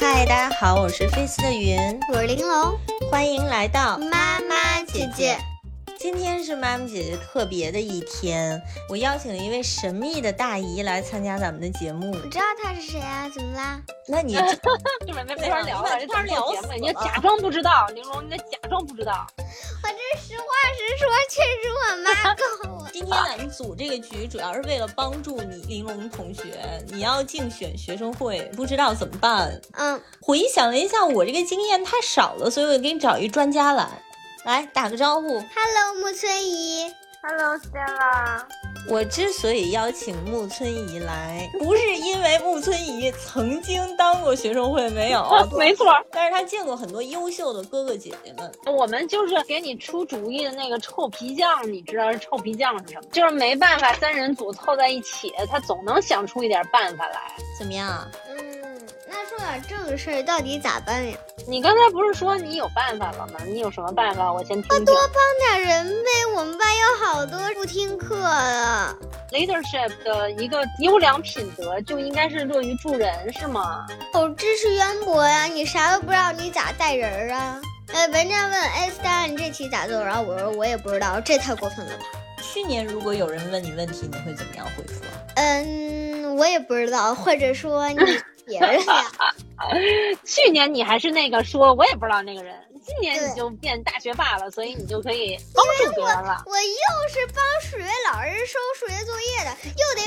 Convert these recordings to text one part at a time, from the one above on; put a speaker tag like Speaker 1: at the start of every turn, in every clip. Speaker 1: 嗨，大家好，我是菲斯的云，
Speaker 2: 我是玲珑，
Speaker 1: 欢迎来到
Speaker 2: 妈妈姐姐。
Speaker 1: 今天是妈咪姐姐特别的一天，我邀请了一位神秘的大姨来参加咱们的节目。
Speaker 2: 我知道她是谁啊？怎么啦？
Speaker 1: 那你
Speaker 3: 你们那没法聊了，
Speaker 1: 没
Speaker 3: 这
Speaker 1: 法聊
Speaker 3: 节目
Speaker 1: 死
Speaker 3: 你就啊
Speaker 1: 了。
Speaker 3: 假装不知道，玲珑，你得假装不知道。
Speaker 2: 我这实话实说，确实我妈告我
Speaker 1: 今天咱们组这个局，主要是为了帮助你玲珑同学，你要竞选学生会，不知道怎么办。
Speaker 2: 嗯，
Speaker 1: 回想了一下，我这个经验太少了，所以我给你找一专家来，来打个招呼。
Speaker 2: Hello，木村姨，
Speaker 3: Hello Stella，，
Speaker 1: 我之所以邀请木村姨来，不是因为木村姨曾经当过学生会 没有
Speaker 3: 哦没错，
Speaker 1: 但是她见过很多优秀的哥哥姐姐们。
Speaker 3: 我们就是给你出主意的那个臭皮匠，你知道是臭皮匠是什么？就是没办法，三人组凑在一起，他总能想出一点办法来。
Speaker 1: 怎么样？
Speaker 2: 嗯，那说点正事儿，到底咋办呀？
Speaker 3: 你刚才不是说你有办法了吗？你有什么啊办法？我先听听。
Speaker 2: 帮点人呗，我们班有好多不听课的。
Speaker 3: Leadership 的一个优良品德就应该是乐于助人，是吗？
Speaker 2: 我知识渊博呀、你啥都不知道，你咋带人儿啊？哎，文章问，哎，三，你这题咋做？然后我说我也不知道，这太过分了吧？
Speaker 1: 去年如果有人问你问题，你会怎么样回复？
Speaker 2: 嗯，我也不知道，或者说你别人呀。
Speaker 3: 去年你还是那个说我也不知道那个人，今年
Speaker 2: 对
Speaker 3: 你就变大学霸了，所以你就可以帮助别人了。
Speaker 2: 我又是帮数学老师收数学作业的，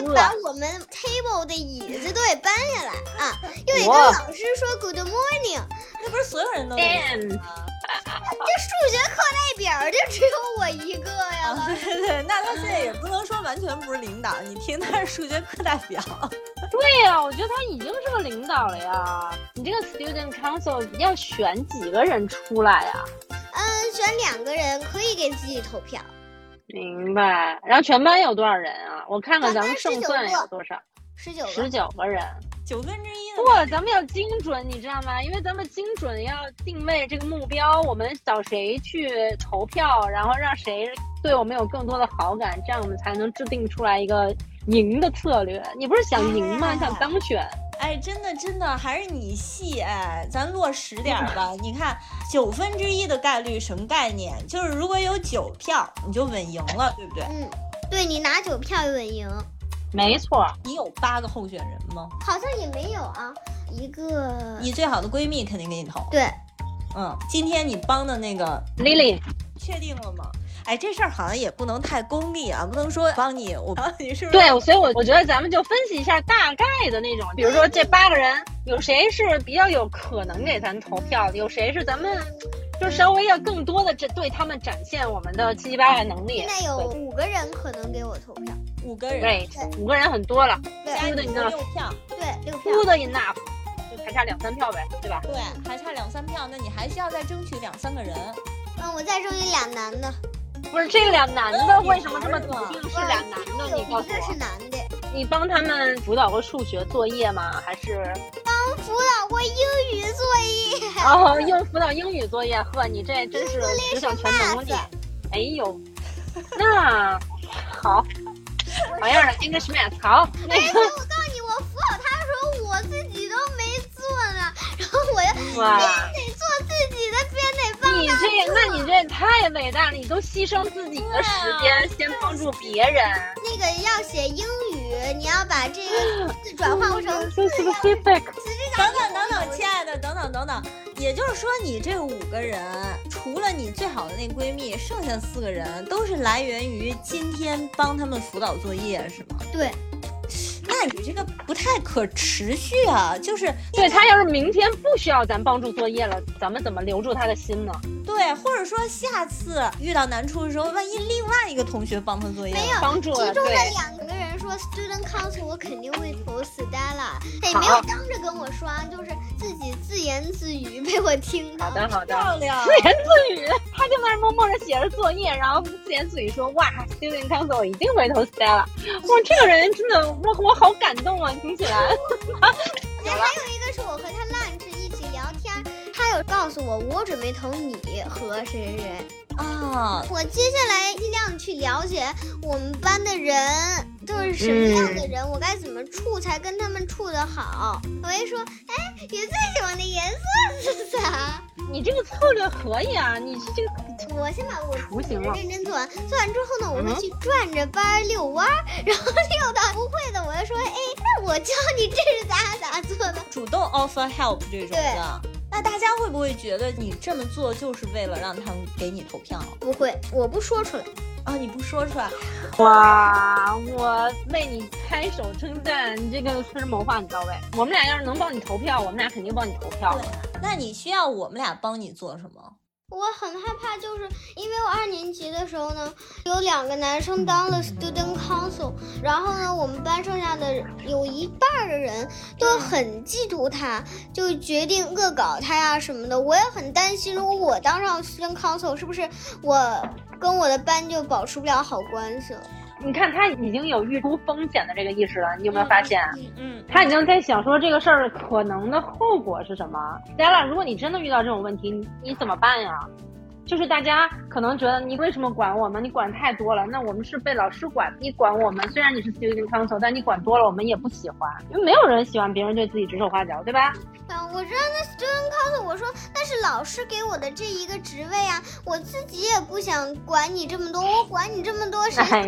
Speaker 2: 又得把我们 table 的椅子都给搬下来啊，又得跟
Speaker 3: 哇
Speaker 2: 老师说 good morning。
Speaker 1: 那不是所有人都有
Speaker 3: Damn，
Speaker 1: 吗？
Speaker 2: 这数学课代表就只有我一个呀，
Speaker 1: 啊，对 对对，那他现在也不能说完全不是领导，你听他是数学课代表。
Speaker 3: 对呀、我觉得他已经是个领导了呀。你这个 student council 要选几个人出来啊呀？
Speaker 2: 嗯，选两个人可以给自己投票，
Speaker 3: 明白。然后全班有多少人啊？我看看
Speaker 2: 全班
Speaker 3: 咱们胜算有多少，
Speaker 2: 十九
Speaker 3: 十
Speaker 2: 个。
Speaker 3: 九个人。
Speaker 1: 九分之一呢？
Speaker 3: 哇，咱们要精准，你知道吗？因为咱们精准要定位这个目标，我们找谁去投票，然后让谁对我们有更多的好感，这样我们才能制定出来一个赢的策略。你不是想赢吗？
Speaker 1: 哎
Speaker 3: 你想当选？
Speaker 1: 哎，真的真的，还是你细哎，咱落实点儿吧。你看九分之一的概率什么概念？就是如果有九票，你就稳赢了，对不对？
Speaker 2: 嗯，对你拿九票稳赢，
Speaker 3: 没错，
Speaker 1: 你有八个候选人吗？
Speaker 2: 好像也没有啊，一个
Speaker 1: 你最好的闺蜜肯定给你投。
Speaker 2: 对，
Speaker 1: 嗯，今天你帮的那个
Speaker 3: Lily，
Speaker 1: 确定了吗？哎，这事儿好像也不能太功利啊，不能说帮你，我帮你是不是？
Speaker 3: 对，所以我我觉得咱们就分析一下大概的那种，比如说这八个人有谁是比较有可能给咱投票的，有谁是咱们就稍微要更多的这对他们展现我们的七七八八的能力
Speaker 2: 现。在有五个人可能给我投票，
Speaker 1: 五个人，
Speaker 3: 对，五个人很多了。
Speaker 1: 加
Speaker 2: 对
Speaker 3: 对
Speaker 1: 你的六票，
Speaker 2: 对，六票，
Speaker 3: good enough，就还差两三票呗，对吧？
Speaker 1: 对，还差两三票，那你还需要再争取两三个人。
Speaker 2: 嗯，我再争取俩男的，
Speaker 3: 不是这俩男的为什么这么笃定是俩男
Speaker 2: 有
Speaker 3: 的？你告
Speaker 2: 一
Speaker 3: 诉
Speaker 2: 个是
Speaker 3: 我，
Speaker 2: 男的。
Speaker 3: 你帮他们辅导过数学作业吗？还是
Speaker 2: 辅导过英语作业，
Speaker 3: 哦，用辅导英语作业？呵，你这真是十项全能你！哎呦，那好，好样的，English math，好，那
Speaker 2: 而且我告诉你，我辅导他的时候，我自己都没做呢，然后我又
Speaker 3: 个哇。
Speaker 2: 边得做自己的，边得帮
Speaker 3: 你这，那你这太伟大了！你都牺牲自己的时间，先帮助别人。
Speaker 2: 那个要写英语，你要把这个字转换成
Speaker 3: ，so specific。
Speaker 1: 等等等等，亲爱的，等等等等，也就是说，你这五个人，除了你最好的那闺蜜，剩下四个人都是来源于今天帮他们辅导作业，是吗？
Speaker 2: 对，
Speaker 1: 那你这个不太可持续啊，就是
Speaker 3: 对他要是明天不需要咱帮助作业了，咱们怎么留住他的心呢？
Speaker 1: 对，或者说下次遇到难处的时候，万一另外一个同学帮他作业了，
Speaker 2: 没有。
Speaker 3: 帮助
Speaker 2: 其
Speaker 3: 了，
Speaker 2: 中的
Speaker 3: 对，
Speaker 2: 两个人说 student council，我肯定会投 Stella，他也
Speaker 3: 好
Speaker 2: 没有当着跟我说，就是自己自言自语被我听到
Speaker 3: 好。的好的。
Speaker 1: 漂亮。
Speaker 3: 自言自语， 他就在那默默的写着作业，然后自言自语说：“哇 s t e v e n Council 一定会投 Stella。”哇，这个人真的，我我好感动啊！听起来，
Speaker 2: 还有一个是我和他 lunch 一起聊天，他有告诉我，我准备投你和谁谁谁。
Speaker 1: 啊，
Speaker 2: 我接下来尽量去了解我们班的人，就是什么样的人，我该怎么处才跟他们处的好？我一说，哎，你最喜欢的颜色是啥？
Speaker 3: 你这个策略可以啊，你这个
Speaker 2: 我先把我
Speaker 3: 雏
Speaker 2: 自己
Speaker 3: 形啊了
Speaker 2: 认真做完，做完之后呢，我
Speaker 3: 嗯
Speaker 2: 会
Speaker 3: 哼
Speaker 2: 去转着弯儿遛弯儿，然后遛到不会的，我就说，哎，那我教你这是咋咋做的。
Speaker 1: 主动 offer help 这种的。那大家会不会觉得你这么做就是为了让他们给你投票
Speaker 2: 不会，我不说出来。
Speaker 1: 啊？你不说出来，
Speaker 3: 哇，我为你拍手称赞，你这个思谋划很到位。我们俩要是能帮你投票，我们俩肯定帮你投票。
Speaker 1: 那你需要我们俩帮你做什么？
Speaker 2: 我很害怕，就是因为我二年级的时候呢，有两个男生当了 student council，然后呢，我们班剩下的有一半儿的人都很嫉妒他，就决定恶搞他呀什么的。我也很担心，如果我当上 student council，是不是我跟我的班就保持不了好关系了？
Speaker 3: 你看他已经有预估风险的这个意识了，你有没有发现？啊
Speaker 1: 嗯嗯，
Speaker 3: 他已经在想说这个事儿可能的后果是什么。当然了，如果你真的遇到这种问题，你你怎么办呀？就是大家可能觉得你为什么管我们？你管太多了。那我们是被老师管，你管我们，虽然你是 student council，但你管多了，我们也不喜欢，因为没有人喜欢别人对自己指手画脚，对吧？
Speaker 2: 啊，我让那 student council，我说那是老师给我的这一个职位啊，我自己也不想管你这么多，我管你这么多谁
Speaker 3: 哎，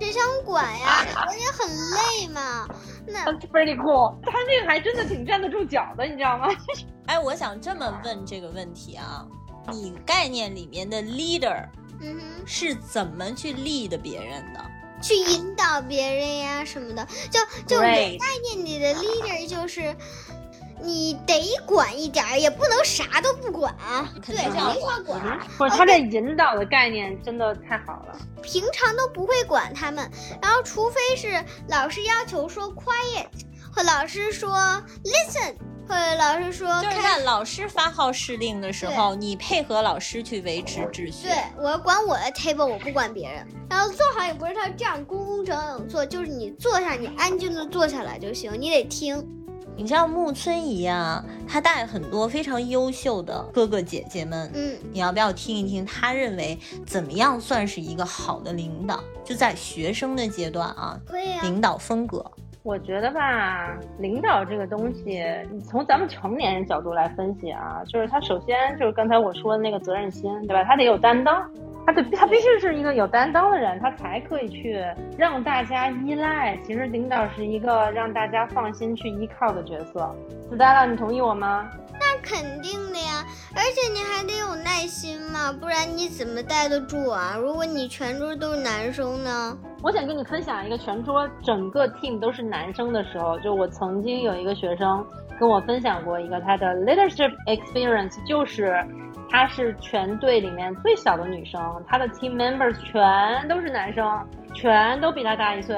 Speaker 2: 谁想管呀？我也很累嘛。那
Speaker 3: pretty cool，他这个还真的挺站得住脚的，你知道吗？
Speaker 1: 哎，我想这么问这个问题啊，你概念里面的 leader
Speaker 2: 嗯哼，
Speaker 1: 是怎么去 lead 别人的？
Speaker 2: 去引导别人呀什么的，就就我概
Speaker 3: Great
Speaker 2: 念里的 leader 就是。你得管一点儿，也不能啥都不管。啊
Speaker 1: 肯
Speaker 2: 对，
Speaker 1: 定嗯要
Speaker 2: 没法管，
Speaker 3: 不是，他这引导的概念真的太好了。
Speaker 2: 平常都不会管他们。然后，除非是老师要求说 quiet，或老师说 listen，或者老师说
Speaker 1: 就是
Speaker 2: 哦看。
Speaker 1: 在老师发号施令的时候，你配合老师去维持秩序
Speaker 2: 对。我管我的 table，我不管别人。然后坐好也不是他这样工工整整坐，就是你坐下，你安静的坐下来就行，你得听。
Speaker 1: 你像木村一样，他带很多非常优秀的哥哥姐姐们。
Speaker 2: 嗯，
Speaker 1: 你要不要听一听他认为怎么样算是一个好的领导？就在学生的阶段啊，
Speaker 2: 可以啊。
Speaker 1: 领导风格。
Speaker 3: 我觉得吧，领导这个东西，你从咱们成年人角度来分析啊，就是他首先就是刚才我说的那个责任心，对吧？他得有担当，他得他必须是一个有担当的人，他才可以去让大家依赖。其实领导是一个让大家放心去依靠的角色。子丹了，你同意我吗？
Speaker 2: 那肯定的呀，而且你还得有耐心嘛，不然你怎么待得住啊？如果你全桌都是男生呢？
Speaker 3: 我想跟你分享一个全桌整个 team 都是男生的时候，就我曾经有一个学生跟我分享过一个他的 leadership experience，就是她是全队里面最小的女生，她的 team members 全都是男生，全都比她大一岁。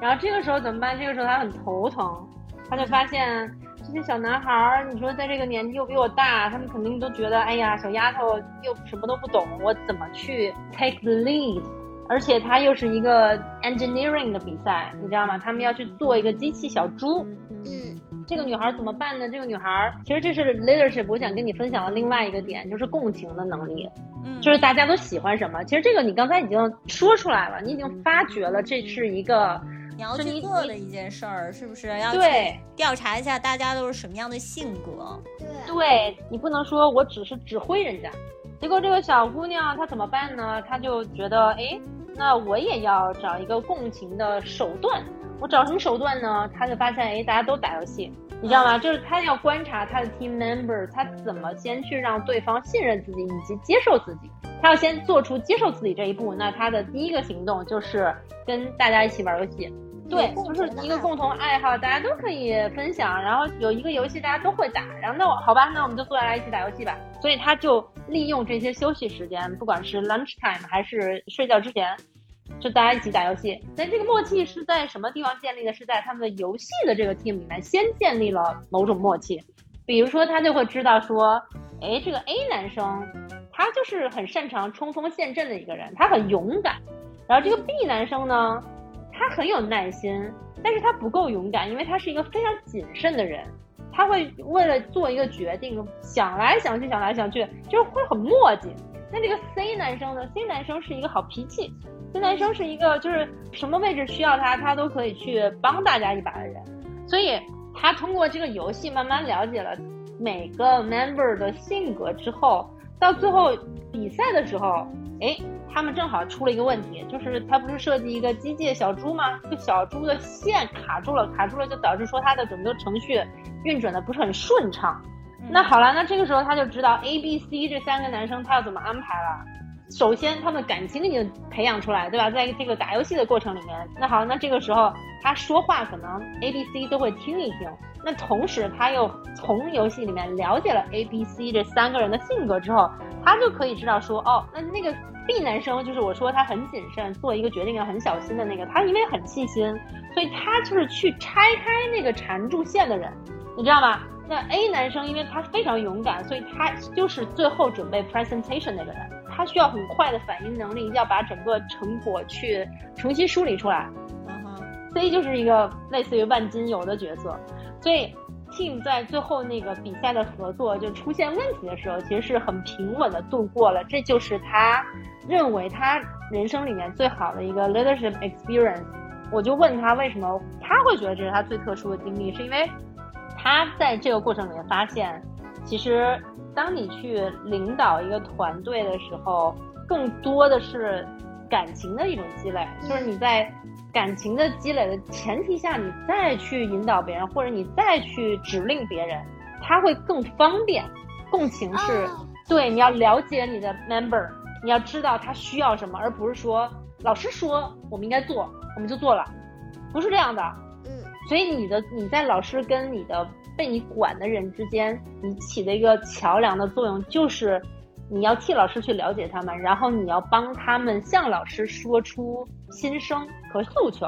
Speaker 3: 然后这个时候怎么办？这个时候她很头疼，她就发现这些小男孩儿，你说在这个年纪又比我大，他们肯定都觉得，哎呀，小丫头又什么都不懂，我怎么去 take the lead？而且它又是一个 engineering 的比赛，你知道吗？他们要去做一个机器小猪，
Speaker 2: 嗯，
Speaker 3: 这个女孩儿怎么办呢？这个女孩儿其实这是 leadership，我想跟你分享的另外一个点，就是共情的能力，
Speaker 1: 嗯，
Speaker 3: 就是大家都喜欢什么。其实这个你刚才已经说出来了，你已经发觉了这是一个
Speaker 1: 你要
Speaker 3: 是
Speaker 1: 去
Speaker 3: 你
Speaker 1: 做
Speaker 3: 你
Speaker 1: 的一件事儿，是不是要去
Speaker 3: 对
Speaker 1: 调查一下大家都是什么样的性格？
Speaker 2: 对啊。
Speaker 3: 对你不能说我只是指挥人家。结果这个小姑娘她怎么办呢？她就觉得，哎，那我也要找一个共情的手段。我找什么手段呢？她就发现，哎，大家都打游戏，你知道吗？就是她要观察她的 team member，她怎么先去让对方信任自己以及接受自己。她要先做出接受自己这一步，那她的第一个行动就是跟大家一起玩游戏。对，
Speaker 2: 共
Speaker 3: 就是
Speaker 2: 同的
Speaker 3: 一个
Speaker 2: 爱好
Speaker 3: 共同爱好，大家都可以分享。然后有一个游戏大家都会打，然后那我好吧，那我们就坐下来一起打游戏吧。所以他就利用这些休息时间，不管是 lunch time 还是睡觉之前，就大家一起打游戏。那这个默契是在什么地方建立的？是在他们的游戏的这个 team 里面先建立了某种默契。比如说，他就会知道说，哎，这个 A 男生他就是很擅长冲锋陷阵的一个人，他很勇敢。然后这个 B 男生呢，他很有耐心，但是他不够勇敢，因为他是一个非常谨慎的人。他会为了做一个决定，想来想去，想来想去，就是会很磨叽。那这个 C 男生呢？C 男生是一个好脾气，这男生是一个就是什么位置需要他，他都可以去帮大家一把的人，所以他通过这个游戏慢慢了解了每个 member 的性格之后，到最后比赛的时候，哎，他们正好出了一个问题，就是他不是设计一个机械小猪吗？这个小猪的线卡住了，卡住了就导致说它的整个程序运转的不是很顺畅。
Speaker 1: 嗯
Speaker 3: 那好了，那这个时候他就知道 A、B、C 这三个男生他要怎么安排了。首先，他们感情已经培养出来，对吧？在这个打游戏的过程里面，那好，那这个时候他说话可能 A、B、C 都会听一听。那同时，他又从游戏里面了解了 A、B、C 这三个人的性格之后，他就可以知道说，哦，那那个 B 男生就是我说他很谨慎，做一个决定要很小心的那个，他因为很细心，所以他就是去拆开那个缠住线的人，你知道吗？那 A 男生因为他非常勇敢，所以他就是最后准备 presentation 那个人，他需要很快的反应能力，要把整个成果去重新梳理出来。
Speaker 1: 嗯哼
Speaker 3: C 就是一个类似于万金油的角色，所以 team 在最后那个比赛的合作就出现问题的时候，其实是很平稳的度过了。这就是他认为他人生里面最好的一个 leadership experience。我就问他为什么他会觉得这是他最特殊的经历，是因为他在这个过程里面发现，其实当你去领导一个团队的时候，更多的是感情的一种积累，就是你在感情的积累的前提下，你再去引导别人，或者你再去指令别人，他会更方便。共情是、
Speaker 2: 哦
Speaker 3: 对，你要了解你的 member，你要知道他需要什么，而不是说老师说我们应该做，我们就做了，不是这样的。
Speaker 2: 嗯，
Speaker 3: 所以你的你在老师跟你的被你管的人之间，你起的一个桥梁的作用就是，你要替老师去了解他们，然后你要帮他们向老师说出心声和诉求。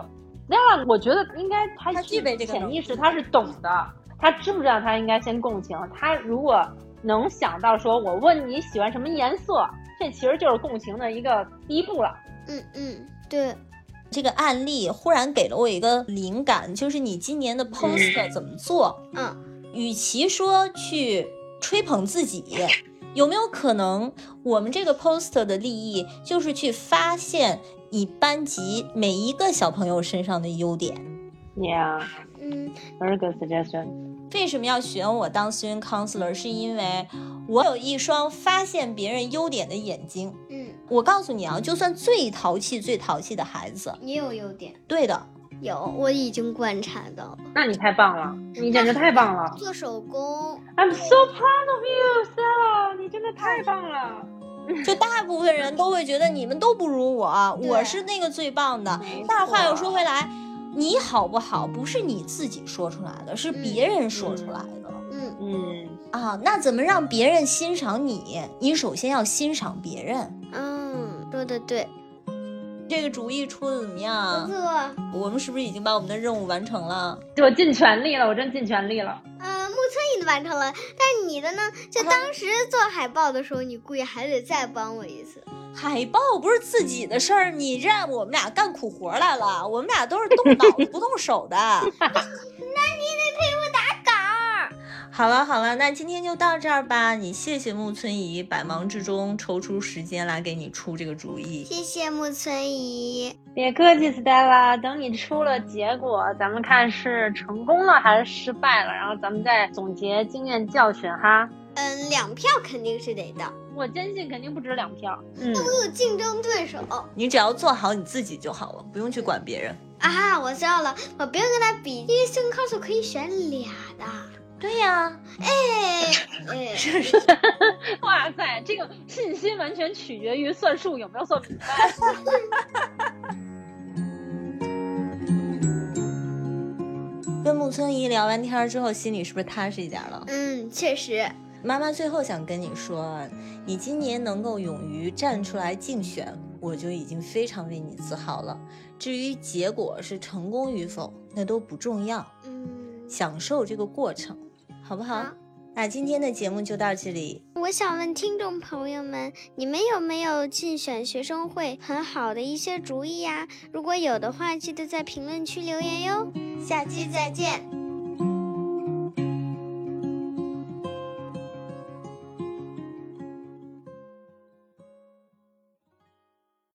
Speaker 3: 那样我觉得应该他
Speaker 1: 他具备这个能
Speaker 3: 潜
Speaker 1: 力
Speaker 3: 意识他是懂的，他知不知道他应该先共情？他如果能想到说我问你喜欢什么颜色，这其实就是共情的一个第一步了。
Speaker 2: 嗯嗯，对，
Speaker 1: 这个案例忽然给了我一个灵感，就是你今年的
Speaker 3: 嗯
Speaker 1: poster 怎么做？
Speaker 2: 嗯
Speaker 1: 与其说去吹捧自己，有没有可能我们这个 poster 的利益就是去发现你班级每一个小朋友身上的优点？
Speaker 3: Yeah,
Speaker 2: 嗯
Speaker 3: very good suggestion.
Speaker 1: 为什么要选我当 student counselor？是因为我有一双发现别人优点的眼睛。
Speaker 2: 嗯，
Speaker 1: 我告诉你啊，就算最淘气、最淘气的孩子，
Speaker 2: 也有优点，
Speaker 1: 对的，
Speaker 2: 有，我已经观察到了，
Speaker 3: 那你太棒了，你简直太棒了。
Speaker 2: 做手工，
Speaker 3: I'm so proud of you, Sarah！你真的太棒了。
Speaker 1: 就大部分人都会觉得你们都不如我，
Speaker 2: 对
Speaker 1: 我是那个最棒的。但是话又说回来，你好不好不是你自己说出来的，是别人说出来的。
Speaker 2: 嗯
Speaker 3: 嗯，
Speaker 1: 啊，那怎么让别人欣赏你？你首先要欣赏别人。
Speaker 2: 嗯，说的对，
Speaker 1: 这个主意出的怎么样
Speaker 2: 不
Speaker 3: 嗯
Speaker 1: 啊？
Speaker 2: 错，
Speaker 1: 我们是不是已经把我们的任务完成了？
Speaker 3: 我尽全力了，我真尽全力了。
Speaker 2: 呃，木村已经完成了，但你的呢？就当时做海报的时候，你估计还得再帮我一次。
Speaker 1: 海报不是自己的事儿，你这我们俩干苦活来了，我们俩都是动脑子不动手 的。
Speaker 2: 稿儿，
Speaker 1: 好了好了，那今天就到这儿吧。你谢谢木村姨百忙之中抽出时间来给你出这个主意。
Speaker 2: 谢谢木村姨。
Speaker 3: 别客气，Stella。等你出了结果，咱们看是成功了还是失败了，然后咱们再总结经验教训哈。
Speaker 2: 嗯，两票肯定是得到，
Speaker 3: 我坚信肯定不止两票。嗯，
Speaker 2: 都有竞争对手
Speaker 1: 你只要做好你自己就好了，不用去管别人。
Speaker 2: 啊！我知道了，我不用跟他比，因为星康索可以选俩的。
Speaker 1: 对呀、
Speaker 2: 哎 哎，
Speaker 3: 哇塞，这个信心完全取决于算术有没有算明白。
Speaker 1: 跟木村姨聊完天儿之后，心里是不是踏实一点了？
Speaker 2: 嗯，确实，
Speaker 1: 妈妈最后想跟你说，你今年能够勇于站出来竞选，我就已经非常为你自豪了。至于结果是成功与否，那都不重要，
Speaker 2: 嗯，啊
Speaker 1: 享受这个过程，好不好？那今天的节目就到这里。
Speaker 2: 我想问听众朋友们，你们有没有竞选学生会很好的一些主意呀、如果有的话，记得在评论区留言哟。下期再见，